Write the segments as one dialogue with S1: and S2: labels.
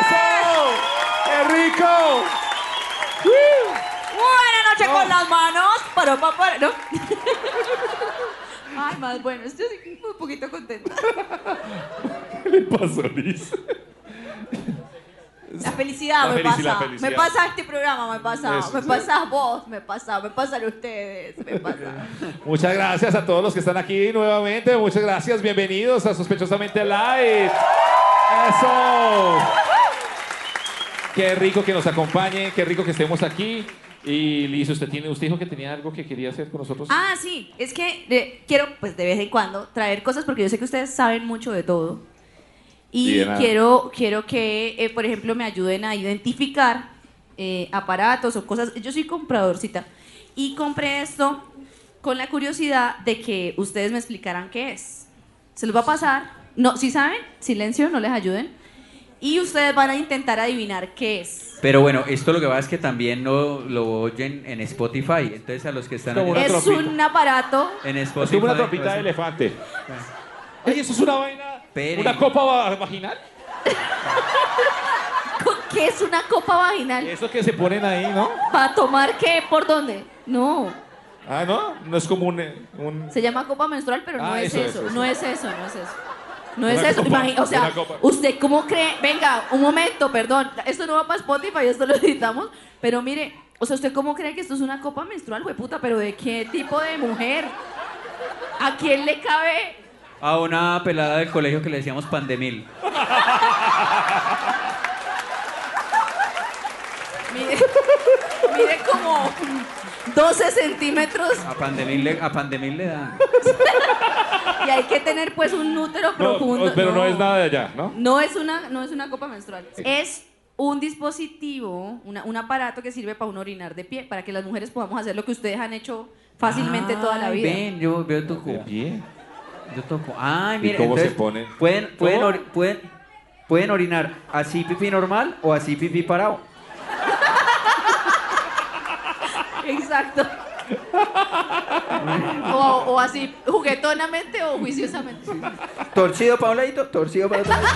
S1: ¡Eso! ¡Qué rico!
S2: Buena noche con las manos. Para, para, para, ¿no? Ay, más bueno, estoy así un poquito contenta.
S1: ¿Qué le pasó, Liz?
S2: La felicidad
S1: La
S2: me
S1: felici- la
S2: pasa.
S1: felicidad.
S2: Me pasa este programa, me pasa.
S1: Eso,
S2: me
S1: sí.
S2: pasa vos, me pasa, me pasan ustedes, me pasa.
S1: Muchas gracias a todos los que están aquí nuevamente. Muchas gracias. Bienvenidos a Sospechosamente Live. ¡Eso! Qué rico que nos acompañen. Qué rico que estemos aquí. Y Liz, usted, tiene, usted dijo que tenía algo que quería hacer con nosotros.
S2: Ah, sí, es que eh, quiero, pues de vez en cuando, traer cosas porque yo sé que ustedes saben mucho de todo.
S1: Y
S2: Y
S1: de nada.
S2: quiero, quiero que, eh, por ejemplo, me ayuden a identificar eh, aparatos o cosas. Yo soy compradorcita y compré esto con la curiosidad de que ustedes me explicaran qué es. Se los va a pasar. No, si saben, silencio, no les ayuden. Y ustedes van a intentar adivinar qué es.
S3: Pero bueno, esto lo que pasa es que también no lo oyen en Spotify. Entonces a los que están
S1: Como Una
S2: es
S1: tropita.
S2: un aparato.
S3: en
S1: es
S3: Spotify. pues,
S1: como una tropita de
S3: entonces-
S1: elefante. Ay, eso es una vaina.
S3: Pere.
S1: ¿Una copa va- vaginal?
S2: ¿Qué es una copa vaginal?
S1: Eso que se ponen ahí, ¿no?
S2: ¿Para tomar qué? ¿Por dónde? No,
S1: Ah, ¿no? No es como un... un-
S2: se llama copa menstrual, pero no
S1: Ah,
S2: es
S1: eso,
S2: eso,
S1: eso,
S2: no es eso, no es eso. No
S1: Una
S2: es eso,
S1: copa,
S2: imagina- o sea,
S1: una copa.
S2: usted cómo cree, venga, un momento, perdón, esto no va para Spotify, esto lo editamos, pero mire, o sea, usted cómo cree que esto es una copa menstrual, puta, pero de qué tipo de mujer? ¿A quién le cabe?
S3: A una pelada del colegio que le decíamos pandemil.
S2: Mire, mire como 12 centímetros
S3: A pandemil le, a pandemil le dan.
S2: y hay que tener pues un útero
S1: No,
S2: profundo.
S1: pero no es nada de allá, ¿no?
S2: No es una, no es una copa menstrual. Es un dispositivo, una- un aparato que sirve para uno orinar de pie, para que las mujeres podamos hacer lo que ustedes han hecho fácilmente toda la
S3: Ay,
S2: vida.
S3: Ven, yo veo tu cu-
S1: Bien.
S3: Yo toco. Ay, mira.
S1: cómo se
S3: entonces,
S1: pone?
S3: Pueden, pueden,
S1: ¿Cómo?
S3: ori- pueden, pueden orinar así pipí normal o así pipí parado.
S2: Exacto. o, o así, juguetonamente o juiciosamente.
S3: Torcido para un ladito, torcido para otro ladito.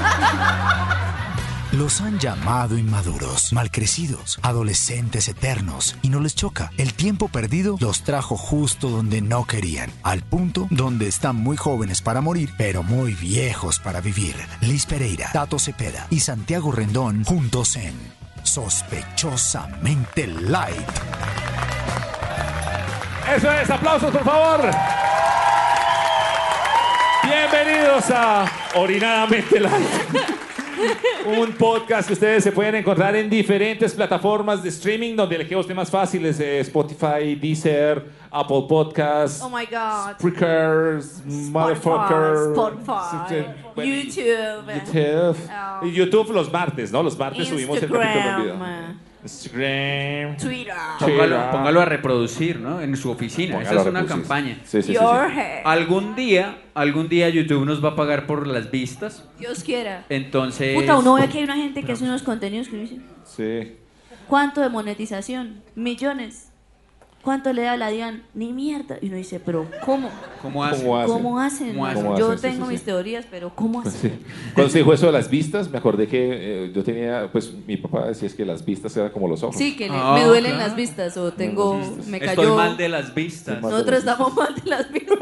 S4: Los han llamado inmaduros, malcrecidos, adolescentes eternos, y no les choca. El tiempo perdido los trajo justo donde no querían, al punto donde están muy jóvenes para morir, pero muy viejos para vivir. Liz Pereira, Tato Cepeda y Santiago Rendón juntos en Sospechosamente Light.
S1: Eso es, aplausos por favor. Bienvenidos a Orinadamente Live. Un podcast que ustedes se pueden encontrar en diferentes plataformas de streaming donde les queda a usted más fácil es, eh, Spotify, Deezer, Apple Podcasts,
S2: Oh my God.
S1: Spreakers, Motherfucker,
S2: Spotify,
S1: bueno, y-
S2: YouTube.
S1: YouTube.
S2: Oh.
S1: Y YouTube los martes, ¿no? Los martes subimos el capítulo en video.
S2: Instagram.
S1: Instagram.
S2: Twitter.
S1: Sí,
S3: Póngalo,
S1: ah.
S3: póngalo a reproducir, ¿no? En su oficina.
S1: Póngalo
S3: Esa es
S1: a
S3: una
S1: reproducir.
S3: campaña.
S1: Sí, sí, sí, sí.
S2: Your head.
S3: Algún día, algún día YouTube nos va a pagar por las vistas.
S2: Dios quiera.
S3: Entonces.
S2: Puta, uno ve que hay una gente que hace unos contenidos que uno dice,
S1: Sí.
S2: ¿Cuánto de monetización? Millones. ¿Cuánto le da la DIAN? Ni mierda. Y uno dice, pero ¿cómo?
S3: ¿Cómo hace?
S1: ¿Cómo hace?
S2: ¿Cómo hacen?
S3: ¿Cómo hacen?
S1: ¿Cómo
S2: Yo
S1: hacen? Sí,
S2: tengo
S1: sí,
S2: mis
S1: sí.
S2: teorías, pero ¿cómo hacen?
S1: Sí. Cuando se dijo eso de las vistas, me acordé que eh, yo tenía, pues mi papá decía es que las vistas eran como los ojos.
S2: Sí, que le-
S3: Ah,
S2: me duelen
S3: claro.
S2: las vistas o tengo, me
S3: Estoy
S2: cayó.
S3: mal de las vistas.
S1: mal.
S2: Nosotros estamos mal de las vistas.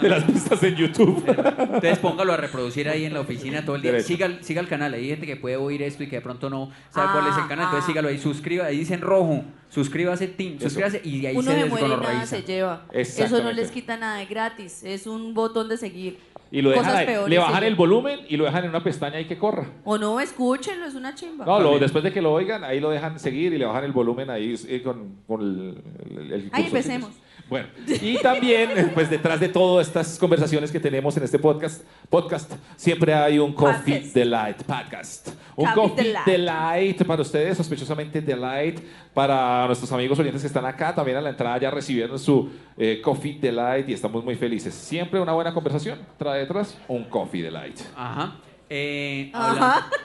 S1: De las vistas en YouTube.
S3: Entonces póngalo a reproducir ahí en la oficina todo el día.
S1: Derecho.
S3: Siga, el- siga el canal. Hay gente que puede oír esto y que de pronto no sabe
S2: Ah,
S3: cuál es el canal. Entonces
S2: ah.
S3: sígalo ahí. Suscriba. Ahí dicen rojo. Suscríbase, Tim. Suscríbase y ahí
S2: Uno
S3: se
S2: se
S3: les
S2: muere y nada
S3: gonorreiza.
S2: se lleva. Eso no
S1: Exactamente.
S2: les quita nada, es gratis. Es un botón de seguir.
S1: y lo dejan
S2: Cosas
S1: ahí.
S2: peores,
S1: le bajan
S2: sí.
S1: el volumen y lo dejan en una pestaña y que corra.
S2: O no, escúchenlo, es una chimba.
S1: No, lo- después de que lo oigan, ahí lo dejan seguir y le bajan el volumen ahí eh, con, con el, el- el
S2: Ahí
S1: cursor.
S2: empecemos.
S1: Bueno, y también, pues detrás de todas estas conversaciones que tenemos en este podcast, podcast siempre hay un Coffee
S2: Podcast.
S1: Delight podcast. Un
S2: Coffee
S1: Coffee
S2: Delight.
S1: Delight para ustedes, sospechosamente Delight para nuestros amigos oyentes que están acá. También a la entrada ya recibieron su eh, Coffee Delight y estamos muy felices. Siempre una buena conversación, trae detrás un Coffee Delight.
S3: Ajá. Eh,
S2: Ajá.
S3: hablando-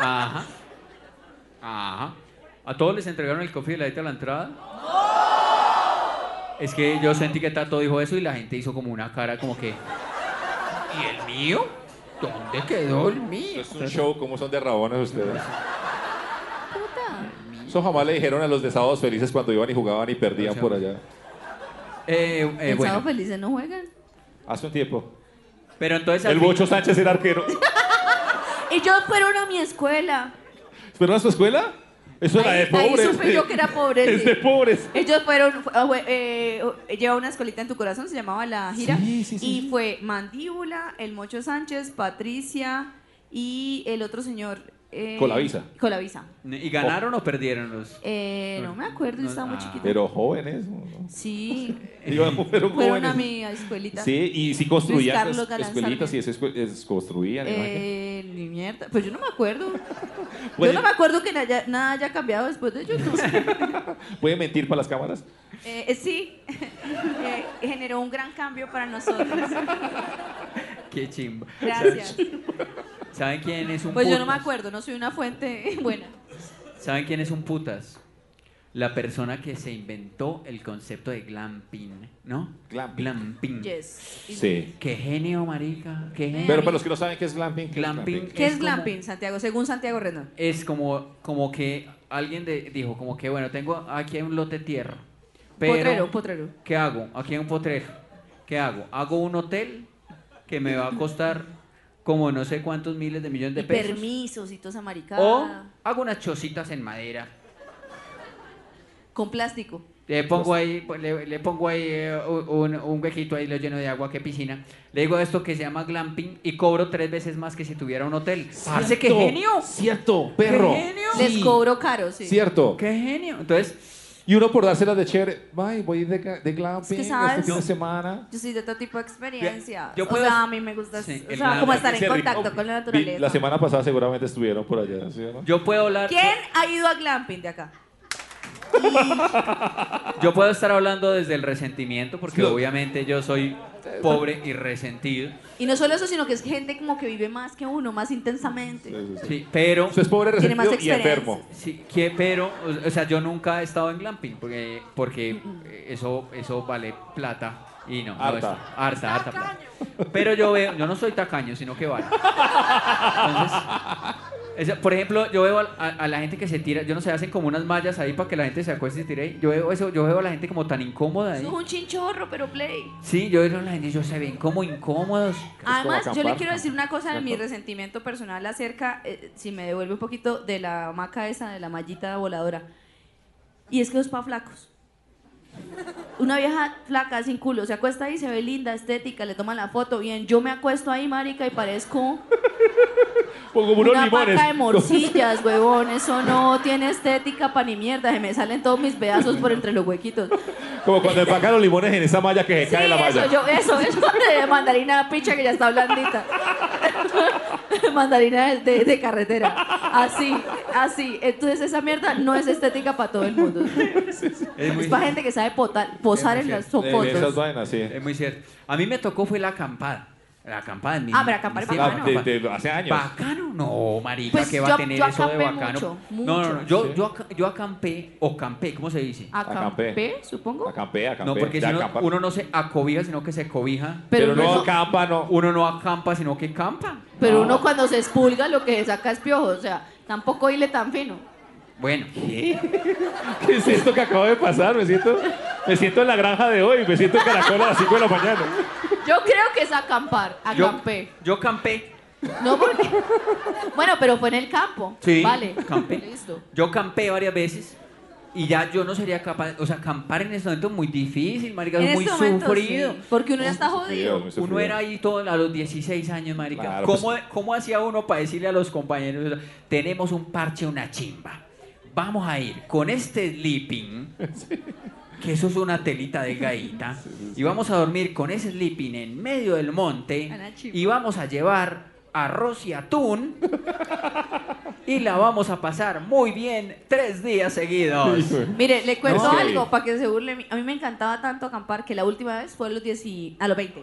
S3: Ajá. Ajá. ¿A todos les entregaron el coffee de la a la entrada? Es que yo sentí que Tato dijo eso y la gente hizo como una cara como que... ¿Y el mío? ¿Dónde quedó el mío?
S2: Pues,
S1: Es un show, ¿cómo son de rabones ustedes? Eso jamás le dijeron a los de Sábados Felices cuando iban y jugaban y perdían por allá.
S3: Eh, eh,
S2: El sábado
S3: bueno,
S2: felices no juegan.
S1: Hace un tiempo.
S3: pero entonces... al
S1: El
S3: fin-
S1: Bocho Sánchez era arquero.
S2: Ellos fueron a mi escuela.
S1: ¿Pero a su escuela? Eso era
S2: Ahí-
S1: de pobres.
S2: ahí supe yo que era pobre,
S1: Es
S2: sí.
S1: de pobres.
S2: Ellos fueron, fue- ah, fue, eh, eh, lleva una escolita en tu corazón, se llamaba La Gira.
S1: Sí, sí, sí,
S2: y
S1: sí.
S2: fue Mandíbula, El Mocho Sánchez, Patricia y el otro señor. eh,
S1: Colavisa.
S2: Colavisa.
S3: ¿Y ganaron o perdieron los...?
S2: Eh, no me acuerdo, yo estaba muy
S3: Ah.
S2: chiquita.
S1: Pero jóvenes. ¿no?
S2: Sí,
S1: Digo, fueron
S2: Eh, fueron a
S1: jóvenes.
S2: mi escuelita.
S1: Sí, y si construían
S2: Luis Carlos
S1: es-
S2: Galán
S1: escuelitas y
S2: Sarmiento.
S1: es, es- construían. imagínate.
S2: Eh, ni mierda. Pues yo no me acuerdo.
S1: Bueno,
S2: yo no me acuerdo que naya- nada haya cambiado después de YouTube.
S1: ¿Puede mentir para las cámaras?
S2: Eh, eh, sí, Eh, generó un gran cambio para nosotros.
S3: Qué chimba.
S2: Gracias.
S3: ¿Saben quién es un
S2: Pues yo no me
S3: putas?
S2: acuerdo, no soy una fuente buena.
S3: ¿Saben quién es un putas? La persona que se inventó el concepto de glamping, ¿no?
S1: Glamping.
S3: Glamping.
S2: Yes.
S1: Sí.
S3: Qué genio, marica. Qué genio.
S1: Pero para los que no saben qué es glamping, ¿qué es
S3: Glamping.
S2: ¿Qué es,
S3: Es como-
S2: glamping, Santiago? Según Santiago Rendón.
S3: Es como, como que alguien de- dijo, como que bueno, tengo aquí hay un lote de tierra. Pero,
S2: Potrero, potrero.
S3: ¿Qué hago? Aquí hay un potrero. ¿Qué hago? Hago un hotel que me va a costar como no sé cuántos miles de millones de
S2: Y
S3: pesos.
S2: permisos y toda esa maricada.
S3: O hago unas chocitas en madera.
S2: Con plástico.
S3: Le pongo ahí, pues, le, le pongo ahí eh, un, un huequito ahí, lo lleno de agua, qué piscina. Le digo esto que se llama glamping y cobro tres veces más que si tuviera un hotel. Parece que genio.
S1: Cierto, perro.
S3: ¡Qué genio!
S2: Les cobro caro, sí.
S1: Cierto.
S3: ¡Qué genio! Entonces,
S1: Y uno por dárselas de chévere. Ay, voy de, de glamping este
S2: sabes-
S1: fin de semana.
S2: Yo soy de otro tipo de experiencia.
S3: Yo
S2: o
S3: puedo-
S2: sea, a mí me gusta
S3: Sí,
S2: o
S3: el
S2: sea, como
S3: glamping.
S2: estar en
S1: Se rifó.
S2: contacto con la
S1: Vi-
S2: naturaleza.
S1: La semana pasada seguramente estuvieron por allá, ¿sí o no?
S3: yo puedo hablar.
S2: ¿Quién ha ido a glamping de acá?
S3: Yo puedo estar hablando desde el resentimiento porque
S1: Lo-
S3: obviamente yo soy pobre y resentido.
S2: Y no solo eso, sino que es gente como que vive más que uno, más intensamente.
S1: Sí, sí, sí.
S3: Sí, pero.
S1: Usted es pobre,
S2: Tiene más
S1: resentido y enfermo.
S3: Sí, que, pero, o- o sea, yo nunca he estado en glamping porque, porque eh, eso, eso vale plata y no, no,
S1: Harta.
S3: eso- harta, harta plata. Pero yo veo, yo no soy tacaño, sino que vale. Entonces, esa- por ejemplo, yo veo a, a- a la gente que se tira, yo no sé, hacen como unas mallas ahí para que la gente se acueste y se tire ahí. Yo veo eso, yo veo a la gente como tan incómoda ahí.
S2: Eso es un chinchorro, pero play.
S3: Sí, yo veo a la gente, ellos se ven como incómodos.
S2: Además, yo le
S1: acampar.
S2: quiero decir una cosa de mi resentimiento personal acerca, eh, si me devuelve un poquito, de la hamaca esa, de la mallita voladora. Y es que es pa' flacos. Una vieja flaca, sin culo, se acuesta ahí, se ve linda, estética, le toman la foto, bien. Yo me acuesto ahí, marica, y parezco
S1: Con Pues como unos
S2: una
S1: limones.
S2: paca de morcillas, huevón. Eso no tiene estética pa' ni mierda. Se me salen todos mis pedazos por entre los huequitos.
S1: Como cuando empacan los limones en esa malla que se
S2: Sí,
S1: cae la malla.
S2: eso, yo, eso, eso de mandarina picha que ya está blandita. mandarina de, de carretera. Así, así. Entonces esa mierda no es estética para todo el mundo.
S3: Es muy-
S2: Es para gente que sabe potar- posar en las
S1: Eh,
S2: fotos.
S1: esas vainas, sí.
S3: Es muy cierto. A mí me tocó fue la acampada. La acampada en mi
S2: Ah, pero acampar es
S3: mi-
S1: Ah,
S2: bacano.
S1: de- de- hace años.
S3: ¿Bacano? No, marica,
S2: Pues
S3: que va
S2: yo-
S3: a tener
S2: yo
S3: eso de
S2: acampé
S3: bacano.
S2: mucho,
S3: No, no, no.
S2: mucho.
S3: Yo,
S1: Sí.
S3: yo, ac- yo acampé o campé, ¿cómo se dice?
S2: Acampé, supongo.
S1: Acampé, acampé.
S3: no, porque
S1: de
S3: si uno,
S1: acampar.
S3: uno no se acobija, sino que se cobija.
S1: Pero,
S2: Pero
S1: no
S2: uno-
S1: acampa, no.
S3: Uno no acampa, sino que campa.
S2: Pero uno cuando se expulga lo que saca es piojo. O sea, tampoco hile tan fino.
S3: Bueno,
S1: ¿Qué es esto que acabo de pasar? Me siento, me siento en la granja de hoy. Me siento en caracol a las 5 de la mañana.
S2: Yo creo que es acampar.
S3: yo,
S2: Acampé.
S3: yo campé.
S2: No porque. Bueno, pero fue en el campo.
S3: Sí,
S2: Vale.
S3: campé.
S2: Listo.
S3: Yo campé varias veces. Y ya yo no sería capaz, o sea, acampar en ese momento es muy difícil, marica,
S2: En
S3: es muy
S2: este momento,
S3: sufrido.
S2: sí, porque uno ya está jodido.
S1: Muy sufrido.
S3: Uno era ahí todo a los 16 años, marica.
S1: Claro, pues.
S3: ¿Cómo, cómo hacía uno para decirle a los compañeros, tenemos un parche, una chimba? Vamos a ir con este sleeping, que eso es una telita de gaita, y vamos a dormir con ese sleeping en medio del monte,
S2: Una chimba.
S3: y vamos a llevar arroz y atún, y la vamos a pasar muy bien tres días seguidos.
S2: Mire, le cuento
S1: No.
S2: algo para que se burle. de mí. A mí me encantaba tanto acampar que la última vez fue a los, 10 y- a los 20.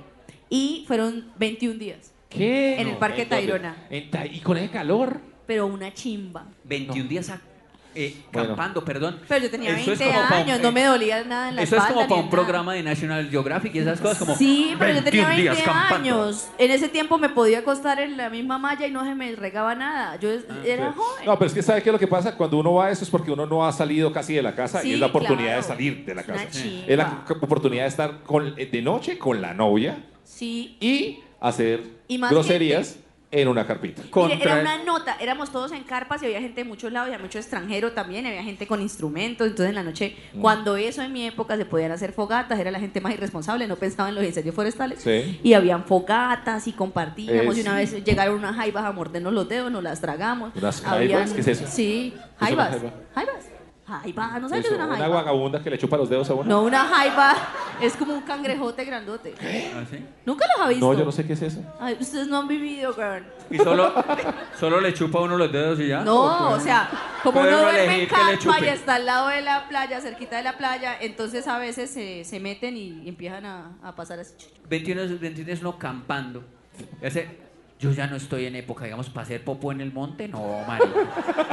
S2: Y fueron 21 días.
S1: ¿Qué?
S2: En el Parque Tayrona.
S1: en Ta- y con ese calor.
S2: Pero una chimba.
S3: 21 días a- eh,
S1: Bueno.
S3: campando, perdón.
S2: Pero yo tenía
S3: Eso es
S2: 20
S3: como pa' un-
S2: años, no me dolía nada en la
S3: Eso es
S2: espalda
S3: como para
S2: ni
S3: un
S2: nada.
S3: programa de National Geographic y esas cosas como...
S2: Sí, pero yo tenía
S3: 21 días
S2: 20
S3: campando.
S2: años. En ese tiempo me podía acostar en la misma malla y no se me regaba nada. Yo
S3: Ah,
S2: es-
S3: pues.
S2: era joven.
S1: No, pero es que ¿sabe qué es lo que pasa? Cuando uno va a eso es porque uno no ha salido casi de la casa y
S2: Sí,
S1: es la oportunidad
S2: claro.
S1: de salir de la
S2: Es una
S1: casa.
S2: chimba.
S1: Es la c- oportunidad de estar con- de noche con la novia
S2: Sí.
S1: y hacer
S2: Y más
S1: groserías en una carpita.
S3: Contra
S2: Mire, era
S3: el-
S2: una nota, éramos todos en carpas y había gente de muchos lados, y había mucho extranjero también, y había gente con instrumentos, entonces en la noche,
S1: Mm.
S2: cuando eso en mi época se podían hacer fogatas, era la gente más irresponsable, no pensaba en los incendios forestales,
S1: Sí.
S2: y habían fogatas y compartíamos, y
S1: Eso.
S2: una vez llegaron unas jaivas a mordernos los dedos, nos las tragamos.
S1: ¿Unas jaivas? ¿Qué es eso?
S2: Sí,
S1: ¿Qué es una
S2: jaivas,
S1: jaiva?
S2: jaivas, jaivas, no sabes qué es
S1: Eso,
S2: una
S1: una
S2: jaiva.
S1: vagabunda que le chupa los dedos a uno.
S2: No, una jaiva es como un cangrejote grandote.
S3: Ah, ¿sí?
S2: ¿Nunca los ha visto?
S1: No, yo no sé qué es eso.
S2: Ay, ustedes no han vivido, girl.
S3: Y solo, solo le chupa uno los dedos y ya. pues,
S2: No, o sea, como
S3: Puede
S2: uno
S3: uno
S2: duerme en
S3: elegir que le
S2: carpa y
S3: chupen.
S2: está al lado de la playa, cerquita de la playa, entonces a veces se, se meten y empiezan a, a pasar así.
S3: 21 es, 21 es uno campando. Y hace, yo ya no estoy en época, digamos, para hacer popo en el monte. No, marica.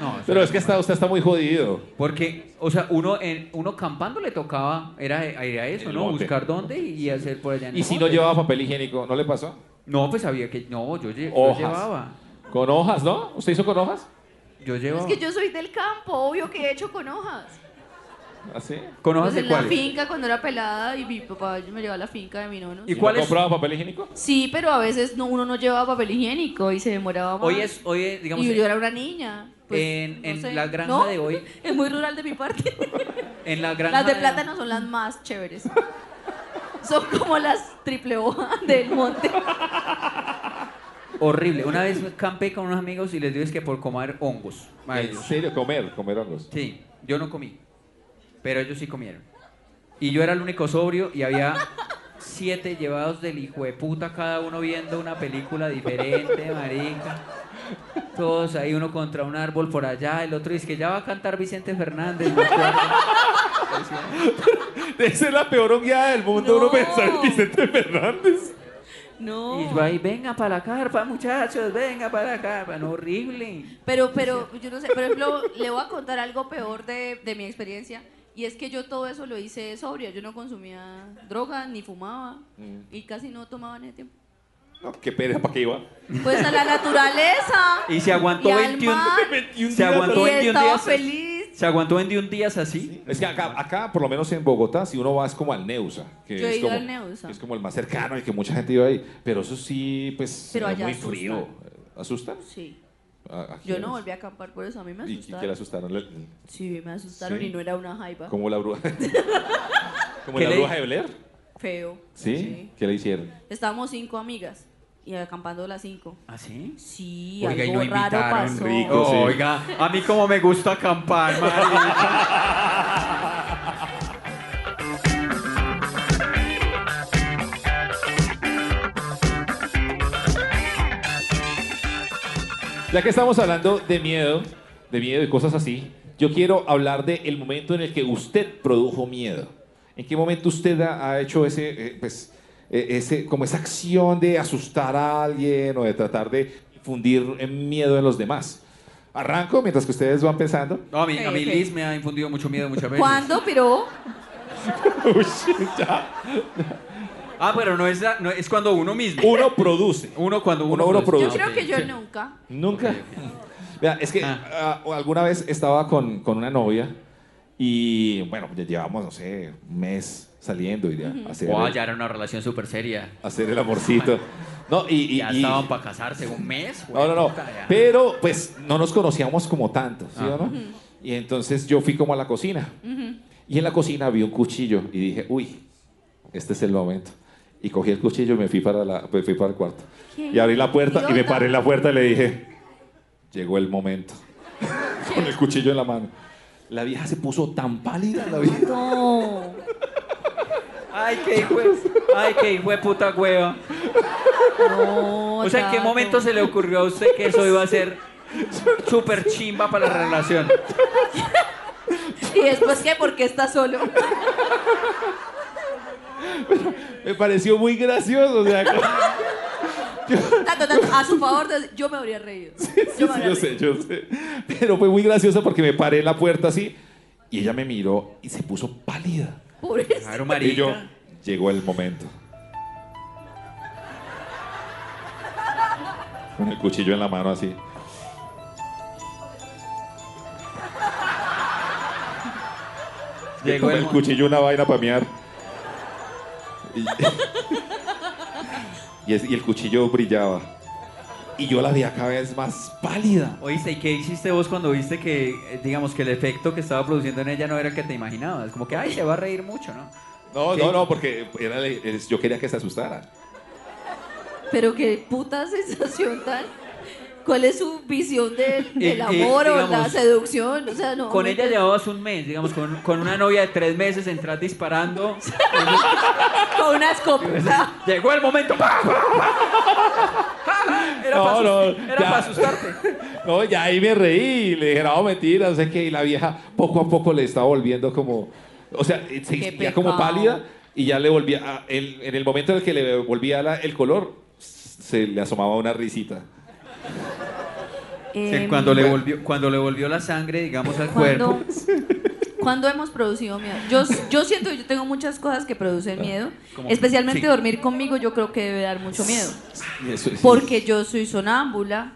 S3: No, eso
S1: Pero
S3: no
S1: es que está, usted está muy jodido.
S3: Porque, o sea, uno en, uno campando le tocaba, era, era eso,
S1: El
S3: ¿no?
S1: monte.
S3: Buscar dónde y, y hacer por allá. en
S1: Y
S3: el
S1: si no
S3: monte.
S1: llevaba papel higiénico, ¿no le pasó?
S3: No, pues sabía que. No, yo, lle- yo
S1: Hojas.
S3: llevaba.
S1: Con hojas, ¿no? ¿Usted hizo con hojas?
S3: Yo
S2: Es
S3: llevaba.
S2: que yo soy del campo, obvio que he hecho con hojas.
S1: ¿Así?
S3: ¿Con hojas
S2: Pues
S3: de
S2: en la
S3: cuáles?
S2: finca cuando era pelada y mi papá me llevaba a la finca de mi nono.
S3: ¿Y
S1: ¿Y
S3: cuál
S1: cuál
S3: es-
S1: compraba papel higiénico?
S2: Sí, pero a veces no, uno no llevaba papel higiénico y se demoraba más.
S3: Hoy es, hoy es, digamos,
S2: y yo era una niña. pues,
S3: en-
S2: no
S3: en
S2: sé.
S3: la granja
S2: ¿No?
S3: de hoy.
S2: Es muy rural de mi parte.
S3: en la granja.
S2: Las de plátano son las más chéveres. Son como las triple hoja del monte.
S3: Horrible. Una vez campé con unos amigos y les dije que por comer hongos. Ay,
S1: En
S3: Dios.
S1: serio, comer, comer hongos.
S3: Sí, yo no comí. Pero ellos sí comieron. Y yo era el único sobrio y había siete llevados del hijo de puta, cada uno viendo una película diferente, marica. Todos ahí, uno contra un árbol por allá, el otro dice que ya va a cantar Vicente Fernández. me acuerdo.
S1: Esa es la peor hongueada del mundo,
S2: No.
S1: uno pensar en Vicente Fernández.
S3: Y
S2: No.
S3: yo ahí, venga para la carpa, muchachos, venga para la carpa. No, horrible.
S2: Pero, pero, yo no sé, por ejemplo, le voy a contar algo peor de, de mi experiencia. Y es que yo todo eso lo hice sobria. Yo no consumía droga, ni fumaba.
S3: Mm.
S2: Y casi no tomaba en ese tiempo.
S1: No, qué pereza, ¿para qué iba?
S2: Pues a la naturaleza.
S3: Y se aguantó
S2: Y al
S3: 21,
S2: mar.
S1: 21
S3: se
S1: días.
S3: aguantó
S2: Y
S3: 21
S2: estaba
S3: días.
S2: feliz.
S3: Se aguantó 21 días así.
S1: Es que acá, acá, por lo menos en Bogotá, si uno va es como al Neusa. Que
S2: Yo he
S1: es
S2: ido
S1: como,
S2: al Neusa.
S1: Es como el más cercano y que mucha gente iba ahí. Pero eso sí, pues,
S2: Pero
S1: es
S2: allá
S1: muy
S2: asustan.
S1: frío. ¿Asustan?
S2: Sí.
S1: ¿A- a
S2: Yo
S1: quiénes?
S2: no volví a acampar por eso. A mí me
S1: ¿Y qué le
S2: asustaron.
S1: asustaron? Le-
S2: Sí, me asustaron
S1: Sí.
S2: y no era una jaiba.
S1: Como la bruja. Como
S3: ¿Qué
S1: la
S3: le-
S1: bruja de Blair.
S2: Feo.
S1: ¿Sí? ¿Qué le hicieron?
S2: Estábamos cinco amigas y acampando las cinco.
S3: ¿Así?
S2: ¿Ah, Sí,
S3: Oiga, y
S2: algo
S3: no
S2: raro
S3: invitaron,
S2: pasó.
S1: rico.
S3: Oh,
S1: Sí.
S3: Oiga, a mí como me gusta acampar, marica.
S1: Ya que estamos hablando de miedo, de miedo y cosas así, yo quiero hablar del el momento en el que usted produjo miedo. ¿En qué momento usted ha, ha hecho ese, eh, pues, eh, ese, como esa acción de asustar a alguien o de tratar de infundir eh, miedo en los demás? Arranco mientras que ustedes van pensando.
S3: No, a mí, a
S2: Ok,
S3: mí
S2: ok.
S3: Liz me ha infundido mucho miedo muchas veces.
S2: ¿Cuándo, pero?
S1: Uy, ya.
S3: Ah, pero no es, la- no es cuando uno mismo.
S1: Uno produce.
S3: Uno cuando uno,
S1: Uno- uno
S2: Yo
S1: Ok,
S2: creo que yo
S1: sí.
S2: nunca.
S1: Nunca. Vea, es que
S3: Ah.
S1: ah, alguna vez estaba con, con una novia y, bueno, ya llevamos, no sé, un mes saliendo y ya, hacer,
S3: Wow,
S1: el,
S3: ya era una relación súper seria.
S1: hacer el amorcito. No, y... y-
S3: ya
S1: y-
S3: estaban para casarse un mes.
S1: no, no, no.
S3: hueputa, ya.
S1: Pero, pues, no nos conocíamos como tanto, ¿sí o no? Y entonces yo fui como a la cocina. Y en la cocina vi un cuchillo y dije, uy, este es el momento. Y cogí el cuchillo y me fui para, la, me fui para el cuarto.
S2: ¿Qué?
S1: Y abrí la puerta y me
S2: Idiota.
S1: paré en la puerta y le dije, llegó el momento. Con el cuchillo en la mano. La vieja se puso tan pálida, la vieja.
S3: Ay, qué hijo, ay, qué hijo de puta hueva.
S2: No,
S3: O sea, ¿en qué
S2: Tato.
S3: momento se le ocurrió a usted que eso iba a ser súper chimba para la relación?
S2: ¿Y después qué? Porque está solo.
S1: Me pareció muy gracioso. O sea, como-
S2: Tato, tato, a su favor, yo me habría reído.
S1: Sí, sí, yo sé, yo sé. Pero fue muy gracioso porque me paré en la puerta así y ella me miró y se puso pálida.
S2: Pobrecito.
S3: Claro,
S1: Y yo,
S3: marica.
S1: llegó el momento. Con el cuchillo en la mano así.
S3: Llegó
S1: Con
S3: el
S1: el
S3: mo-
S1: cuchillo una vaina para mear. Y, y es- y el cuchillo brillaba. Y yo la vi cada vez más pálida.
S3: Oíste, ¿y qué hiciste vos cuando viste que, eh, digamos, que el efecto que estaba produciendo en ella no era el que te imaginabas? Como que, ay, se va a reír mucho, ¿no?
S1: No,
S3: ¿Qué?
S1: no, no, porque era- es- yo quería que se asustara.
S2: Pero qué puta sensación tan. ¿Cuál es su visión del, del
S3: Eh, eh,
S2: amor o la
S3: digamos,
S2: seducción? O sea, no.
S3: Con
S2: no
S3: ella
S2: entiendo.
S3: llevabas un mes, digamos, con, con una novia de tres meses entras disparando.
S2: Con una escopeta.
S3: Llegó el momento. ¡pa, pa, pa! Era
S1: No,
S3: para
S1: no, ya.
S3: asustarte.
S1: No, ya ahí me reí y le dije, no, mentira, no sé qué. Y la vieja poco a poco le estaba volviendo como, o sea, eh, se-
S2: Qué
S1: ya como
S2: pecado.
S1: pálida y ya le volvía, a- el- en el momento en el que le volvía la- el color, se le asomaba una risita.
S2: Em,
S3: cuando, le volvió, cuando le volvió la sangre, digamos, al
S2: ¿Cuándo,
S3: cuerpo.
S2: cuándo hemos producido miedo? Yo, yo siento que yo tengo muchas cosas que producen miedo.
S3: Como-
S2: Especialmente
S3: sí.
S2: dormir conmigo, yo creo que debe dar mucho miedo.
S1: Y eso es-
S2: Porque yo soy sonámbula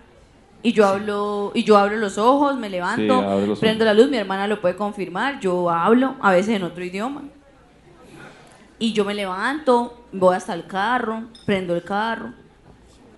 S2: y yo hablo, y yo abro los ojos, me levanto,
S1: Sí, abre los
S2: prendo
S1: ojos.
S2: la luz, mi hermana lo puede confirmar, yo hablo, a veces en otro idioma. Y yo me levanto, voy hasta el carro, prendo el carro,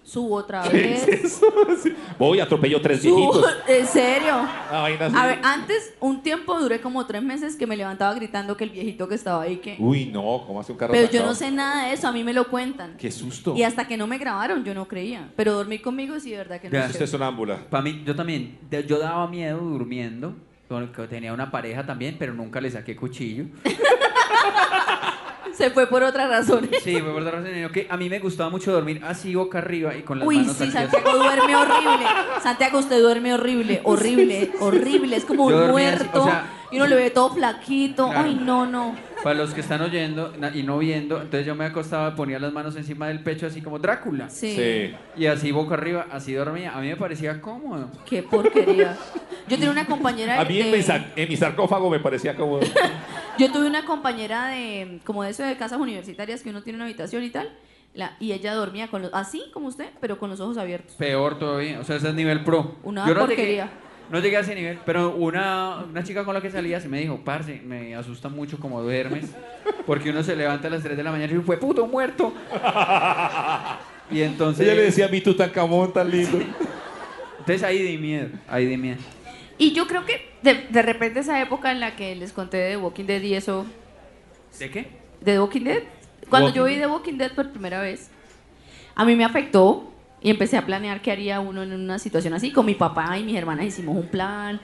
S2: subo otra
S1: ¿Qué
S2: vez.
S1: es eso? Sí. Voy, atropello tres
S2: Subo,
S1: viejitos.
S2: en serio.
S1: Una vaina así.
S2: A ver, antes un tiempo duré como tres meses que me levantaba gritando que el viejito que estaba ahí que.
S1: Uy, no, ¿cómo hace un carro
S2: Pero yo
S1: atacado?
S2: no sé nada de eso, a mí me lo cuentan.
S1: Qué susto.
S2: Y hasta que no me grabaron, yo no creía. Pero dormir conmigo sí, de verdad que no.
S3: Ya,
S2: sé.
S1: Usted es sonámbula.
S3: Para mí, yo también. de- Yo daba miedo durmiendo. con- que Tenía una pareja también, pero nunca le saqué cuchillo.
S2: Se fue por otras razones.
S3: Sí, fue por otra razón, sino que a mí me gustaba mucho dormir así boca arriba y con las
S2: Uy,
S3: manos
S2: sí,
S3: aquí
S2: Santiago duerme horrible. Santiago, usted duerme horrible, horrible, horrible. Es como
S3: Yo
S2: un
S3: dormía así,
S2: muerto.
S3: o sea-
S2: y uno lo ve todo flaquito.
S3: Claro.
S2: Ay, no, no.
S3: Para los que están oyendo na- y no viendo, entonces yo me acostaba, ponía las manos encima del pecho así como Drácula.
S2: Sí.
S1: Sí.
S3: Y así boca arriba, así dormía. A mí me parecía cómodo.
S2: Qué porquería. Yo tenía una compañera
S1: A mí en
S2: de-
S1: mi, sar- en mi sarcófago me parecía como...
S2: Yo tuve una compañera de como de eso de casas universitarias que uno tiene una habitación y tal, la- y ella dormía con los así como usted, pero con los ojos abiertos.
S3: Peor todavía. O sea, ese es nivel pro.
S2: Una
S3: Yo no
S2: porquería.
S3: Llegué, no llegué a ese nivel, pero una, una chica con la que salía se me dijo, parce, me asusta mucho como duermes, porque uno se levanta a las 3 de la mañana y dice, fue puto muerto. Y entonces,
S1: Ella le decía a mí, tú tan camón, tan lindo.
S3: entonces ahí di miedo, ahí di miedo.
S2: Y yo creo que de, de repente esa época en la que les conté de The Walking Dead y eso,
S3: ¿De qué?
S2: de The Walking Dead, cuando yo vi
S1: Walking
S2: The Walking Dead por primera vez, a mí me afectó y empecé a planear qué haría uno en una situación así. Con mi papá y mis hermanas hicimos un plan.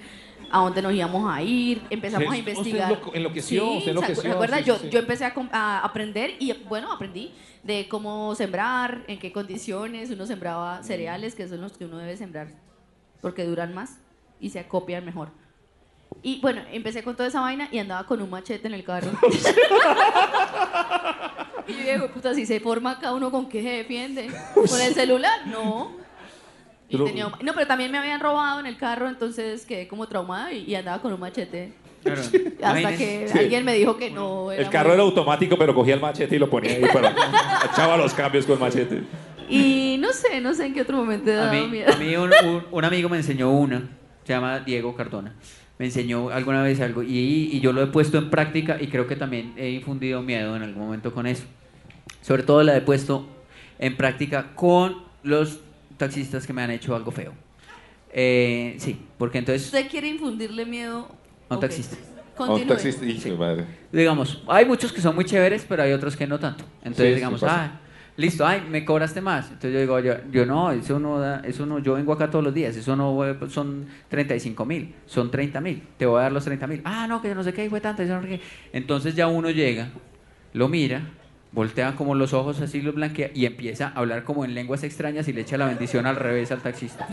S2: A dónde nos íbamos a ir, empezamos a
S1: Usted- usted
S2: investigar.
S1: enloque- enloqueció,
S2: Sí,
S1: usted
S2: ¿se acu-
S1: enloqueció,
S2: recuerda?
S1: sí, sí,
S2: yo,
S1: sí.
S2: yo empecé a, com- a aprender y bueno, aprendí de cómo sembrar, en qué condiciones. Uno sembraba cereales, que son los que uno debe sembrar porque duran más y se acopian mejor. Y bueno, empecé con toda esa vaina y andaba con un machete en el carro. y yo dije, "Hijo de puta, si se forma acá uno con qué se defiende. ¿Con el celular? No. Y
S1: Pero-
S2: tenía un- no, pero también me habían robado en el carro, entonces quedé como traumada y, y andaba con un machete.
S3: Claro.
S2: Hasta
S3: Imagínense.
S2: que
S1: Sí.
S2: alguien me dijo que no.
S1: El
S2: muy-
S1: carro era automático, pero cogía el machete y lo ponía ahí para... Echaba los cambios con machete.
S2: Y no sé, no sé en qué otro momento he
S3: A
S2: dado
S3: mí,
S2: miedo.
S3: a mí un, un- un amigo me enseñó una, se llama Diego Cardona. Me enseñó alguna vez algo y, y yo lo he puesto en práctica y creo que también he infundido miedo en algún momento con eso. Sobre todo la he puesto en práctica con los taxistas que me han hecho algo feo. Eh, sí, porque entonces
S2: ¿Usted quiere infundirle miedo
S3: A un
S2: Ok.
S3: taxista.
S1: A un
S2: Continúe.
S1: taxista. Hijo de madre.
S3: digamos, hay muchos que son muy chéveres, pero hay otros que no tanto. Entonces,
S1: Sí, sí
S3: digamos,
S1: pasa.
S3: ah, listo, ay, me cobraste más. Entonces yo digo, yo, yo no, eso no, da- eso no, yo vengo acá todos los días, eso no eh, son 35 mil, son 30 mil, te voy a dar los 30 mil. Ah, no, que yo no sé qué, fue tanto, yo no sé qué. Entonces ya uno llega, lo mira, voltea como los ojos así, los blanquea y empieza a hablar como en lenguas extrañas y le echa la bendición al revés al taxista.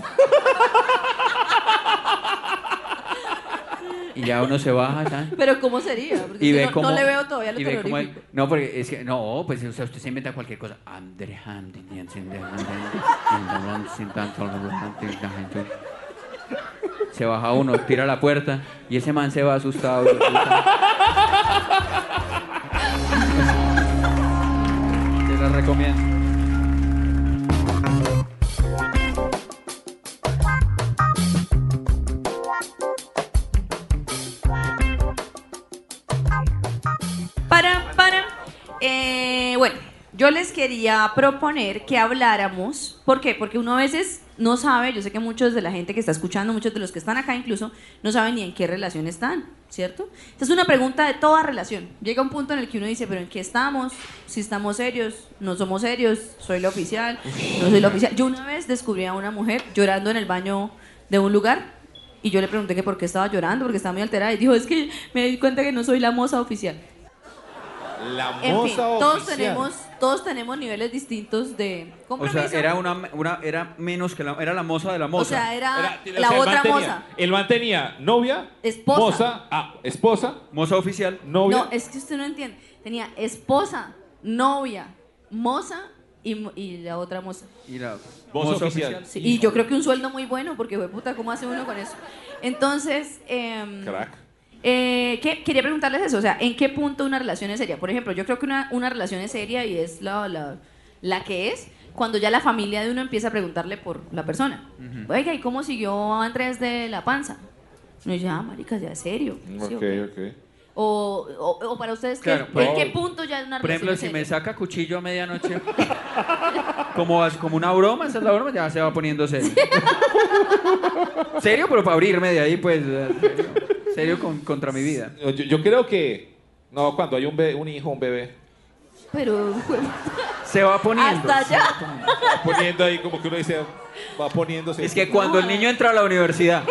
S3: Y ya uno se baja, ¿sabes?
S2: Pero ¿cómo sería? Porque
S3: y
S2: es que
S3: ve
S2: no,
S3: cómo-
S2: no le veo todavía lo
S3: y ve cómo el-
S2: terrorífico.
S3: no porque es que no pues o sea usted se inventa cualquier cosa Andre Hamdi, Nancy, Andre Hamdi, Andre Hamdi, sin tanto, Andre Hamdi, sin tanto. se baja uno tira la puerta y ese man se va asustado hijo de puta. te la recomiendo
S2: Para, para. Eh, bueno, yo les quería proponer que habláramos. ¿Por qué? Porque uno a veces no sabe, yo sé que muchos de la gente que está escuchando, muchos de los que están acá incluso, no saben ni en qué relación están, ¿cierto? Esta es una pregunta de toda relación. Llega un punto en el que uno dice, pero ¿en qué estamos? Si estamos serios, no somos serios, soy la oficial, no soy la oficial. Yo una vez descubrí a una mujer llorando en el baño de un lugar y yo le pregunté que por qué estaba llorando, porque estaba muy alterada y dijo, es que me di cuenta que no soy la moza oficial.
S1: La
S2: En fin, todos tenemos, todos tenemos niveles distintos de
S3: o
S2: compromiso.
S3: sea era una, una- era menos que la era la moza de la
S2: O
S3: moza
S2: sea, era
S1: Era- o
S2: Ah, la
S1: sea, el
S2: otra
S1: man tenía-
S2: moza.
S1: El man tenía novia,
S2: Esposa.
S1: moza, ah, esposa,
S3: moza oficial
S1: novia.
S2: No, es que usted no entiende. Tenía esposa, novia, moza y, mo- y la otra moza.
S3: y la
S1: Moza
S3: moza
S1: oficial.
S3: oficial
S2: Sí, y yo creo que un sueldo muy bueno, porque fue puta, ¿cómo hace uno con eso? Entonces, em,
S1: Crack.
S2: eh, que- quería preguntarles eso, o sea, ¿en qué punto una relación es seria? Por ejemplo, yo creo que una, una relación es seria y es la, la, la que es cuando ya la familia de uno empieza a preguntarle por la persona. Oiga, ¿y cómo siguió Andrés de la panza? No, ya, marica, ya es serio. ¿sí o
S1: Ok,
S2: qué?
S1: ok.
S2: o, o- o para ustedes, ¿qué-
S3: Claro,
S2: ¿en
S3: por-
S2: qué punto ya es una
S3: Por ejemplo,
S2: relación
S3: si
S2: seria?
S3: me saca cuchillo a medianoche, como, as- como una broma, esa es la broma, ya se va poniendo serio. serio, pero para abrirme de ahí, pues. eh, Serio, serio con- contra mi vida.
S1: Yo, yo creo que. No, cuando hay un, be- un hijo, un bebé.
S2: Pero,
S3: Se va poniendo.
S2: hasta allá.
S1: Va poniendo ahí como que uno dice. Va poniéndose.
S3: Es que cuando el niño entra a la universidad,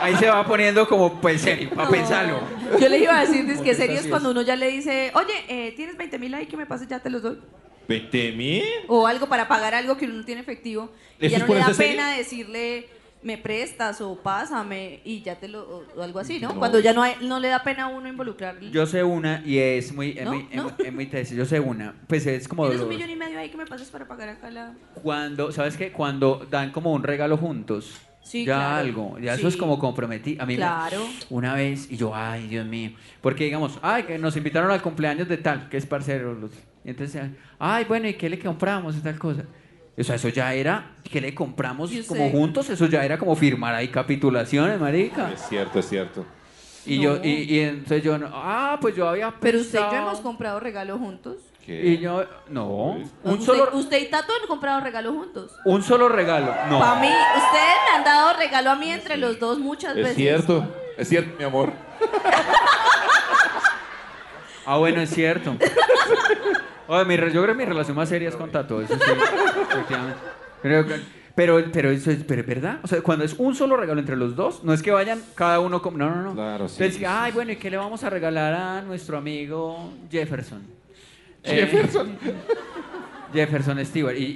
S3: ahí se va poniendo como, pues, serio, para pensarlo.
S2: Yo le iba a decir, es que
S3: Porque
S2: serio es
S3: así
S2: cuando uno ya le dice, oye, eh, tienes 20 mil ahí que me pases, ya te los doy.
S1: ¿20 mil?
S2: O algo para pagar algo que uno no tiene efectivo. Y ya
S1: ¿Eso es
S2: no le
S1: por
S2: da
S1: esa serie?
S2: pena decirle, me prestas o pásame y ya te lo. o- o algo así, ¿no? Cuando ya no, hay- no le da pena a uno involucrar.
S3: Yo sé una y es muy, es
S2: No,
S3: muy, es
S2: no.
S3: muy- es muy tesis. Yo sé una, pues es como.
S2: Tienes un
S3: doloroso.
S2: millón y medio ahí que me pasas para pagar acá la.
S3: Cuando, ¿sabes qué? Cuando dan como un regalo juntos.
S2: Sí,
S3: ya
S2: claro.
S3: algo, ya eso es
S2: Sí.
S3: como comprometido. A mí me-
S2: Claro.
S3: una vez y yo, ay, Dios mío. Porque digamos, ay, que nos invitaron al cumpleaños de tal, que es parcero. Luz. Y entonces, ay, bueno, ¿y qué le compramos y tal cosa? O sea, eso ya era, ¿qué le compramos
S2: Yo
S3: como
S2: sé.
S3: juntos? Eso ya era como firmar ahí capitulaciones, marica.
S1: Es cierto, es cierto.
S3: Y
S2: No.
S3: yo, y, y entonces yo, no, ah, pues yo había
S2: Pero usted y yo
S3: pensado-
S2: hemos comprado regalos juntos.
S1: ¿Qué?
S3: Y yo, no, un
S2: usted,
S3: solo,
S2: usted y Tato han comprado regalos juntos.
S3: un solo regalo. No.
S2: Para mí, ustedes me han dado regalo a mí entre los dos muchas
S1: es
S2: veces.
S1: cierto, es cierto, mi amor.
S3: Ah, bueno, es cierto. Oye, mi, re- yo creo que mi relación más seria es con Tato, eso sí, efectivamente. Creo que- pero, pero eso es, pero es verdad. O sea, cuando es un solo regalo entre los dos, no es que vayan cada uno con. No, no, no.
S1: Claro, sí,
S3: Entonces,
S1: sí,
S3: ay, bueno, ¿y qué le vamos a regalar a nuestro amigo Jefferson?
S1: Jefferson.
S3: Jefferson Stewart. Y, y,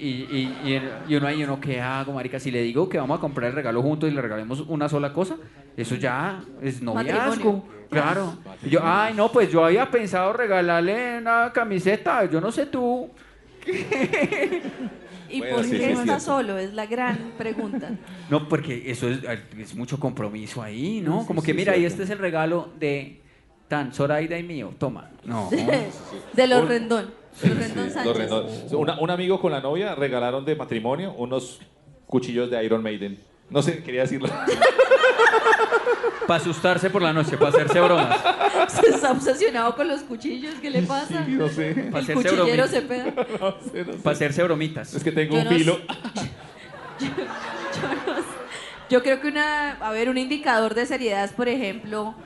S3: y, y, el- y uno ahí, uno, ¿qué hago, marica? Si le digo que vamos a comprar el regalo juntos y le regalemos una sola cosa, eso ya es noviazgo.
S2: Matrimonio.
S3: Claro. Y yo, ay, no, pues yo había pensado regalarle una camiseta, yo no sé tú.
S2: ¿Y
S1: Bueno,
S2: por
S1: sí, sí,
S2: qué
S1: es
S2: está
S1: cierto. Ah,
S2: solo? Es la gran pregunta.
S3: No, porque eso es, es mucho compromiso ahí, ¿no? Como que,
S1: sí,
S3: mira, y
S1: cierto.
S3: este es el regalo de tan Zoraida y mío, toma. No.
S2: De los Rendón. Los Rendón Sánchez.
S1: Los renos- Una- un amigo con la novia regalaron de matrimonio unos cuchillos de Iron Maiden. No sé, quería decirlo.
S3: Para asustarse por la noche, para hacerse bromas.
S2: Se está obsesionado con los cuchillos, ¿qué le pasa?
S1: No sé.
S3: Para
S2: El
S3: hacerse,
S2: cuchillero
S3: bromitas,
S2: se peda.
S1: No sé, no sé.
S3: para hacerse bromitas.
S1: Es que tengo
S2: Yo
S1: un
S2: no
S1: filo.
S2: sé. Yo no sé. Yo creo que una, a ver, un indicador de seriedad es, por ejemplo,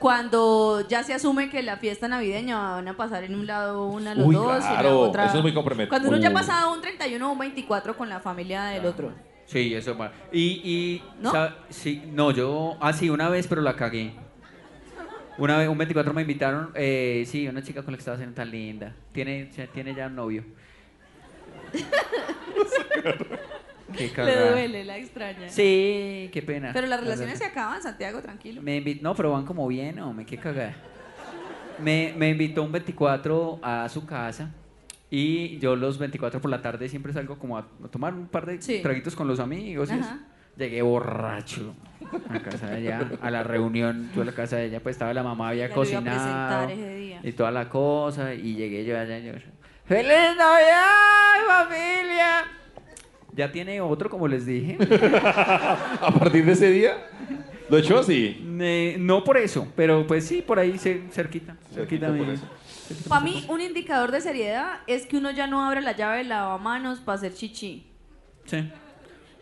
S2: cuando ya se asume que la fiesta navideña van a pasar en un lado una los
S1: Uy,
S2: dos y la
S1: claro,
S2: otra.
S1: eso es muy comprometedor.
S2: Cuando uno ya ha
S1: Uy.
S2: pasado un 31 o un 24 con la familia del otro.
S3: Sí, eso es mal. Y, y
S2: ¿No?
S3: sa- sí, no, yo, ah, sí, una vez, pero la cagué. Una vez, un 24 me invitaron, eh, sí, una chica con la que estaba haciendo tan linda. Tiene, ya- tiene ya novio. qué
S2: Le
S3: cagada.
S2: duele, la extraña.
S3: Sí, qué pena.
S2: Pero las relaciones se
S3: verdad.
S2: acaban, Santiago, tranquilo.
S3: Me invi- No, pero van como bien, no, me qué cagada. Me, me invitó un 24 a su casa y yo los 24 por la tarde siempre salgo como a, a tomar un par de
S2: Sí.
S3: traguitos con los amigos. y eso.
S2: Ajá.
S3: Llegué borracho a casa de ella, a la reunión, yo a la casa de ella, pues estaba la mamá, había
S2: La lo iba a
S3: cocinado
S2: presentar ese día.
S3: y toda la cosa y llegué yo allá y yo, ¡Feliz Navidad, familia! Ya tiene otro, como les dije.
S1: A partir de ese día, lo echó así.
S3: Eh, no por eso, pero pues sí, por ahí cer- cerquita.
S1: Cerquita
S3: Cerquita,
S1: por
S3: amigo.
S1: eso.
S2: Para mí, un indicador de seriedad es que uno ya no abre la llave del lavamanos para hacer chichi.
S3: Sí.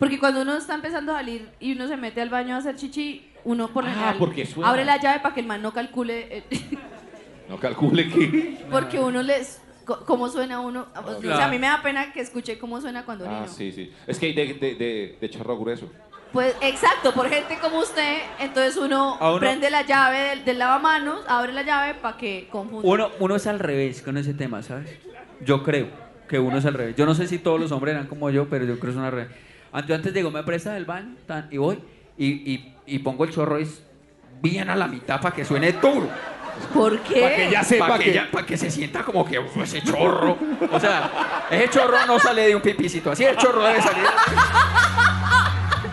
S2: Porque cuando uno está empezando a salir y uno se mete al baño a hacer chichi, uno por lo
S1: Ah,
S2: general
S1: porque suena.
S2: abre la llave para que el man no calcule, eh,
S1: No calcule que.
S2: porque uno les... co- ¿Cómo suena uno? O sea, a mí me da pena que escuche cómo suena cuando un
S1: Ah,
S2: niño.
S1: sí, sí. Es que hay de, de, de, de charro grueso.
S2: Pues exacto, por gente como usted, entonces uno,
S3: A uno-
S2: prende la llave del, del lavamanos, abre la llave para que confunda.
S3: Uno, uno es al revés con ese tema, ¿sabes? Yo creo que uno es al revés. Yo no sé si todos los hombres eran como yo, pero yo creo que es al revés. An- Yo antes digo, me presta del baño tan, y voy y, y- y pongo el chorro y es bien a la mitad para que suene duro.
S2: ¿Por qué?
S1: Para que ya sepa
S3: Para
S1: que.
S3: que, ya- pa' que se sienta como que "Uf, ese chorro. O sea, ese chorro no sale de un pipicito. Así el chorro debe salir.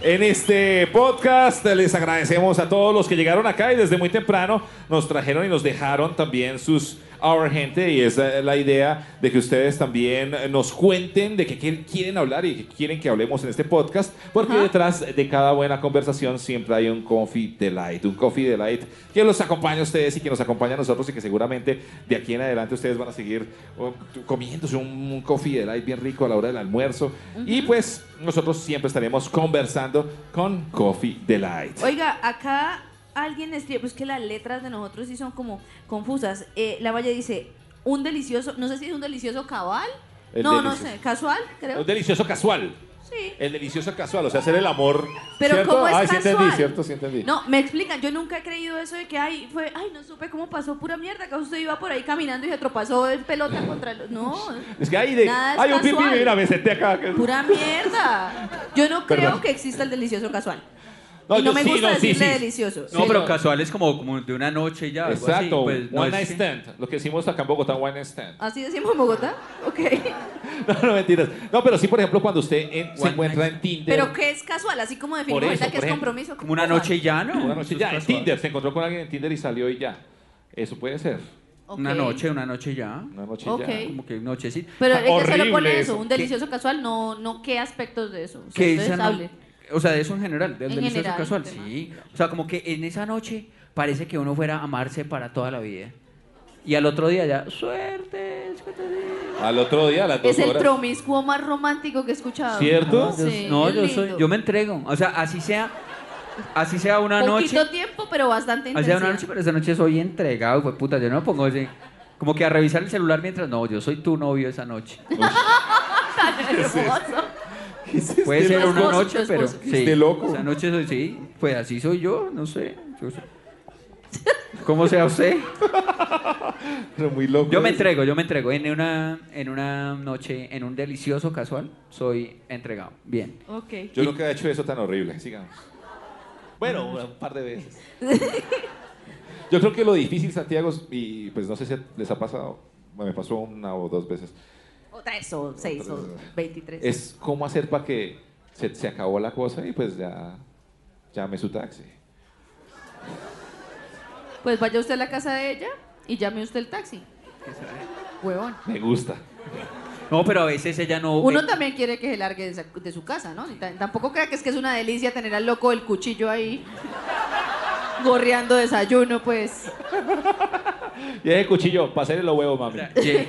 S1: En este podcast les agradecemos a todos los que llegaron acá y desde muy temprano nos trajeron y nos dejaron también sus Our Gente y esa es eh, la idea de que ustedes también nos cuenten de qué quieren- quieren hablar y de qué quieren que hablemos en este podcast porque detrás de cada buena conversación siempre hay un coffee delight, un coffee delight que los acompaña a ustedes y que nos acompaña a nosotros y que seguramente de aquí en adelante ustedes van a seguir oh, comiéndose un, un coffee delight bien rico a la hora del almuerzo y pues nosotros siempre estaremos conversando con Coffee Delight.
S2: Oiga, acá alguien escribe, pues que las letras de nosotros sí son como confusas. Eh, la Valle dice, un delicioso, no sé si es un delicioso cabal.
S1: El
S2: no, no
S1: delicioso.
S2: sé, casual, creo.
S1: Un delicioso casual.
S2: Sí.
S1: El delicioso casual, o sea, hacer el amor.
S2: Pero
S1: ¿cierto?
S2: ¿cómo es
S1: Ay, sí
S2: casual?
S1: entendí, cierto, sí entendí.
S2: No, me explican, yo nunca he creído eso de que ay, fue, ay, no supe cómo pasó pura mierda, que usted iba por ahí caminando y se tropazó en pelota contra los. No.
S1: Es que hay de.
S2: Nada es
S1: Hay un pipi,
S2: casual.
S1: mira, me senté acá.
S2: Pura mierda. Yo no creo
S1: Perdón.
S2: que exista el delicioso casual.
S1: No,
S2: y no
S1: yo
S2: me
S1: sí,
S2: gusta
S1: no, sí,
S2: decirle
S1: sí.
S2: delicioso.
S3: No, pero casual es como, como de una noche y ya. algo así,
S1: Exacto,
S3: pues, no
S1: one
S3: es
S1: night
S3: que-
S1: stand. Lo que hicimos acá en Bogotá, one night stand.
S2: Así decimos en Bogotá. Ok.
S1: No, no, mentiras. No, pero sí, por ejemplo, cuando usted en- se
S3: One
S1: encuentra
S3: night
S1: en Tinder.
S2: Pero que es casual, así como definimos
S1: Por eso,
S2: ahorita que
S1: por
S2: es
S1: ejemplo,
S2: compromiso.
S3: Como una
S2: casual.
S3: noche y ya, ¿no?
S1: Una noche
S3: Eso es
S1: ya, en
S3: casual.
S1: Tinder. Se encontró con alguien en Tinder y salió y ya. Eso puede ser.
S2: Ok.
S3: Una noche, una noche ya.
S1: Una noche
S2: Ok.
S1: ya.
S3: Como que nochecita.
S2: Pero ella
S1: Horrible
S2: solo pone
S1: eso.
S2: eso, un delicioso casual, no, no qué aspectos de eso. O sea,
S3: que
S2: ustedes
S3: esa no-
S2: hablen.
S3: o sea, de eso en general, del
S2: En
S3: delicioso
S2: general,
S3: casual.
S2: el tema.
S3: Sí. O sea, como que en esa noche parece que uno fuera a amarse para toda la vida. Y al otro día ya, suerte. es que te digo".
S1: Al otro día, a las dos
S2: Es el
S1: horas.
S2: promiscuo más romántico que he escuchado.
S1: ¿Cierto?
S3: Yo-
S2: Sí,
S3: no,
S2: es
S3: yo soy,
S2: lindo.
S3: yo me entrego. O sea, así sea, así sea una
S2: Poquito
S3: noche.
S2: tiempo, pero bastante
S3: Así sea
S2: intensidad.
S3: una noche, pero esa noche soy entregado, fue puta. Yo no me pongo así. Como que a revisar el celular mientras, no, yo soy tu novio esa noche.
S2: Hermoso.
S3: Puede ser
S2: loco.
S3: una
S2: Tu esposo,
S3: noche,
S2: tu
S3: pero
S2: esposo.
S3: sí.
S1: Este loco.
S3: Esa noche soy, sí, pues así soy yo, no sé. Yo sé. ¿Cómo sea usted?
S1: Pero muy loco.
S3: Yo me
S1: eso.
S3: entrego, yo me entrego. En una, en una noche, en un delicioso casual, soy entregado. Bien.
S2: Ok.
S1: Yo nunca he hecho eso tan horrible. Sigamos. Bueno, un par de veces. Yo creo que lo difícil, Santiago, y pues no sé si les ha pasado, bueno, me pasó una o dos veces,
S2: O tres o seis o
S1: Tres.
S2: veintitrés.
S1: es cómo hacer para que se, se acabó la cosa y pues ya llame su taxi.
S2: Pues vaya usted a la casa de ella y llame usted el taxi. Huevón.
S1: Me gusta.
S3: No, pero a veces ella no.
S2: Uno
S3: eh,
S2: también quiere que se largue de, esa- de su casa, ¿no? Y ta- tampoco crea que es que es una delicia tener al loco del cuchillo ahí gorreando desayuno, pues.
S1: Y ese cuchillo, pasarle los huevos, mami.
S3: lle-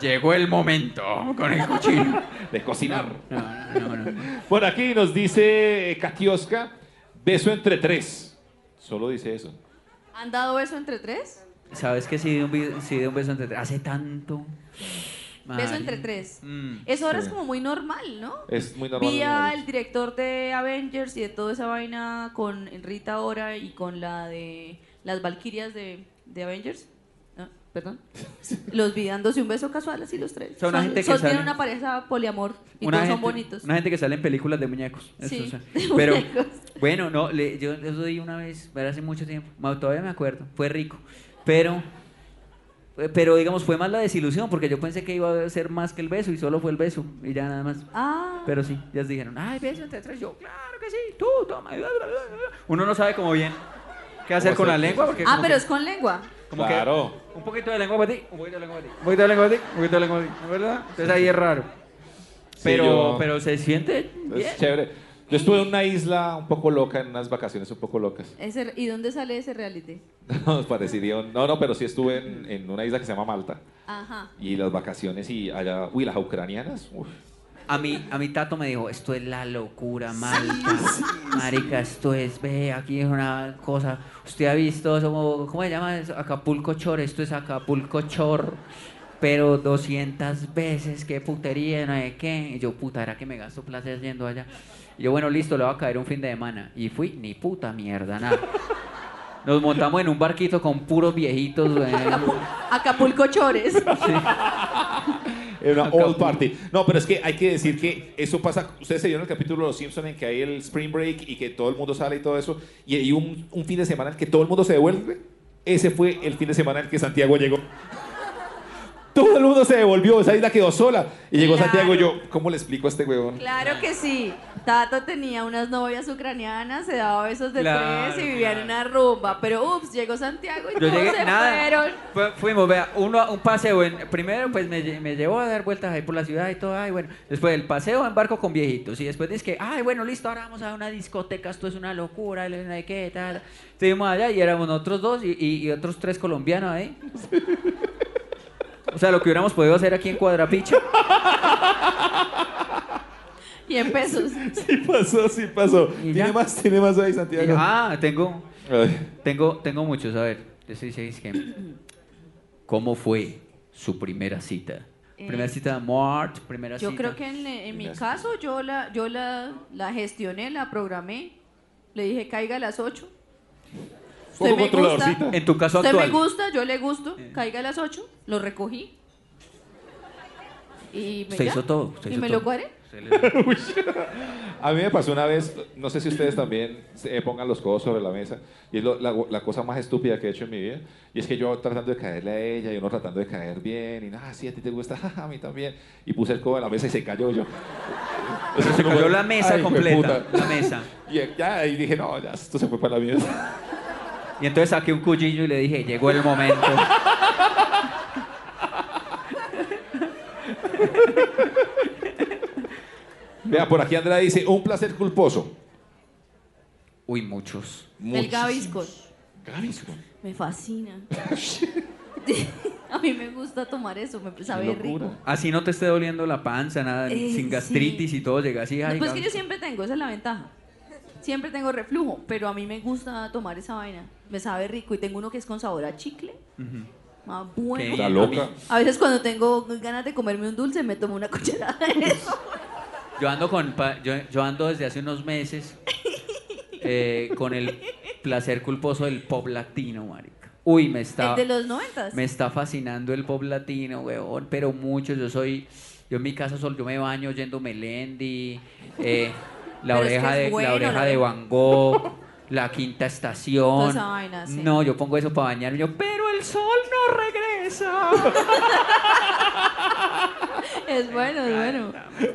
S3: Llegó el momento con el cuchillo.
S1: De cocinar.
S3: No, no, no, no.
S1: Por aquí nos dice eh, Katioska, beso entre tres. Solo dice eso.
S2: ¿Han dado eso entre tres?
S3: ¿Sabes que sí de un, vi- sí de un beso entre tres? Hace tanto.
S2: Beso
S3: Ay.
S2: entre tres.
S3: Mm.
S2: Eso ahora
S1: sí.
S2: es como muy normal, ¿no?
S1: Es muy normal.
S2: Vi
S1: ¿no?
S2: al director de Avengers y de toda esa vaina con Rita ahora y con la de las Valquirias de, de Avengers. Ah, Perdón. Los vi dándose un beso casual así los tres.
S3: Son una gente que sale-
S2: tienen una pareja poliamor y todos son bonitos.
S3: Una gente que sale en películas de muñecos. eso,
S2: Sí,
S3: o sea,
S2: de
S3: pero
S2: muñecos.
S3: bueno, no, le- yo eso di una vez, pero hace mucho tiempo. ma- Todavía me acuerdo, fue rico. Pero, pero digamos, fue más la desilusión, porque yo pensé que iba a ser más que el beso y solo fue el beso y ya nada más.
S2: Ah,
S3: Pero sí, ya dijeron, ay, beso entre tres. Yo, claro que sí, tú, toma. bla, bla, bla, bla". Uno no sabe cómo bien qué hacer
S1: ¿Cómo
S3: con la
S1: hacer?
S3: lengua, porque.
S2: ah
S3: como
S2: pero
S3: que-
S2: es con lengua.
S3: como que-
S1: Claro.
S3: un poquito de lengua para ti, un poquito de lengua para ti, un poquito de lengua para ti, un poquito de lengua para ti, ¿no es ¿verdad? Entonces ahí es raro.
S1: Sí,
S3: Pero,
S1: yo-
S3: pero se siente bien.
S1: Es chévere. Yo estuve en una isla un poco loca, en unas vacaciones un poco locas.
S2: Ese- ¿Y dónde sale ese reality?
S1: No, parecería un- No, no, pero sí estuve en, en una isla que se llama Malta.
S2: Ajá.
S1: Y las vacaciones y allá... Uy, las ucranianas. uf.
S3: A mí, a mi tato me dijo, esto es la locura, marica. Marica, esto es, ve, aquí es una cosa. Usted ha visto, eso, ¿cómo se llama eso? Acapulco Chor, esto es Acapulco Chor. Pero 200 veces, qué putería, no sé qué. Y yo, puta, era que me gasto placer yendo allá. Y yo, bueno, listo, le va a caer un fin de semana. Y fui, ni puta mierda, nada. Nos montamos en un barquito con puros viejitos. güey.
S2: Acapulco Chores.
S1: Era una
S3: Acapulco.
S1: all party. No, pero es que hay que decir que eso pasa. Ustedes se vieron el capítulo de Los Simpsons en que hay el spring break y que todo el mundo sale y todo eso. Y hay un, un fin de semana en que todo el mundo se devuelve. Ese fue el fin de semana en que Santiago llegó. Todo el mundo se devolvió. Esa isla quedó sola. Y llegó
S2: Claro.
S1: Santiago y yo, ¿cómo le explico a este huevón?
S2: Claro que sí. Tato tenía unas novias ucranianas, se daba besos de
S3: Claro,
S2: tres y vivían
S3: claro.
S2: en una rumba. Pero ups, llegó Santiago y
S3: Yo
S2: todos
S3: llegué,
S2: se
S3: nada.
S2: fueron.
S3: Fu- Fuimos, vea, uno, a- un paseo. En, primero, pues me, lle- me llevó a dar vueltas ahí por la ciudad y todo. Ay, bueno. Después el paseo en barco con viejitos. Y después dice que, ay, bueno, listo, ahora vamos a una discoteca. Esto es una locura. Y le- no sé qué, tal. Estuvimos allá y éramos nosotros dos y, y- y otros tres colombianos ahí. O sea, lo que hubiéramos podido hacer aquí en Cuadrapicho.
S2: 100 pesos.
S1: Sí pasó, sí pasó.
S3: ¿Y
S1: Tiene
S3: ya?
S1: más, tiene más ahí
S3: Y
S1: Santiago.
S3: yo, ah, tengo,
S1: Ay.
S3: tengo, tengo muchos. A ver, yo sí, sí, es que. ¿Cómo fue su primera cita?
S2: Eh,
S3: primera cita de amor, primera
S2: Yo
S3: cita.
S2: creo que en, en mi
S1: Gracias.
S2: caso yo la, yo la, la gestioné, la programé. Le dije, caiga a las 8.
S1: Poco controladorcita.
S3: En tu caso
S2: usted
S3: actual. Eh.
S2: me gusta, yo le gusto. Caiga a las 8, lo recogí. Y me,
S3: Usted
S2: ya.
S3: hizo todo, usted
S2: y
S3: hizo
S2: me
S3: todo.
S2: lo cuadré.
S1: A mí me pasó una vez, no sé si ustedes también se pongan los codos sobre la mesa, y es lo- la, la cosa más estúpida que he hecho en mi vida, y es que yo tratando de caerle a ella, y uno tratando de caer bien, y nada, sí, a ti te gusta, jaja, a mí también, y puse el codo en la mesa y se cayó yo.
S3: Pero se cayó la mesa
S1: Ay,
S3: completa.
S1: hijueputa.
S3: La mesa.
S1: Y ya, y dije, no, ya, esto se fue para la mierda.
S3: Y entonces saqué un cuchillo y le dije, llegó el momento.
S1: Vea, por aquí Andrea dice, un placer culposo.
S3: Uy, muchos.
S2: El Gaviscon.
S1: Gavisco.
S2: Me fascina. a mí me gusta tomar eso, me sabe rico.
S3: Así no te esté doliendo la panza, nada,
S2: Eh,
S3: sin
S2: sí.
S3: gastritis y todo, llega así. ay,
S2: No, pues que
S3: Gaby.
S2: yo siempre tengo, esa es la ventaja. Siempre tengo reflujo, pero a mí me gusta tomar esa vaina. Me sabe rico y tengo uno que es con sabor a chicle. Ah,
S3: Qué
S2: bueno.
S1: Está
S3: bien, a mí-
S1: loca.
S2: A veces cuando tengo ganas de comerme un dulce me tomo una cucharada de eso.
S3: Yo ando con pa- yo, yo ando desde hace unos meses eh, con el placer culposo del pop latino, marica. Uy, me está.
S2: El de los noventas.
S3: Me está fascinando el pop latino, weón, pero mucho. Yo soy, yo en mi caso sol, yo me baño oyendo Melendi, eh, la,
S2: Pero es que
S3: oreja
S2: es
S3: de,
S2: bueno,
S3: la oreja
S2: la
S3: de
S2: oreja.
S3: Van Gogh, la quinta
S2: Toda
S3: estación.
S2: esa vaina, sí.
S3: No, yo pongo eso para bañarme. Yo, pero el sol no regresa.
S2: Es bueno, es bueno.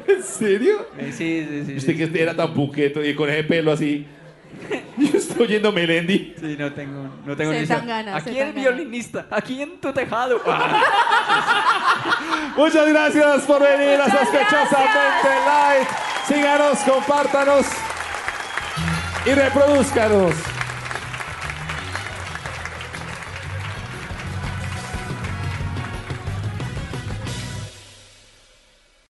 S1: ¿En serio?
S3: Eh, sí, sí, sí, sí.
S1: Usted que era tan buqueto y con ese pelo así. Y usted está oyendo Melendi.
S3: Sí, no tengo, no tengo
S2: Se
S3: ni idea.
S2: dan ganas, se
S3: Aquí
S2: dan
S3: el
S2: ganas.
S3: violinista, aquí en tu tejado.
S1: Muchas gracias por venir a
S2: Muchas
S1: Sospechosamente Live. Síganos, compártanos y reproduzcanos.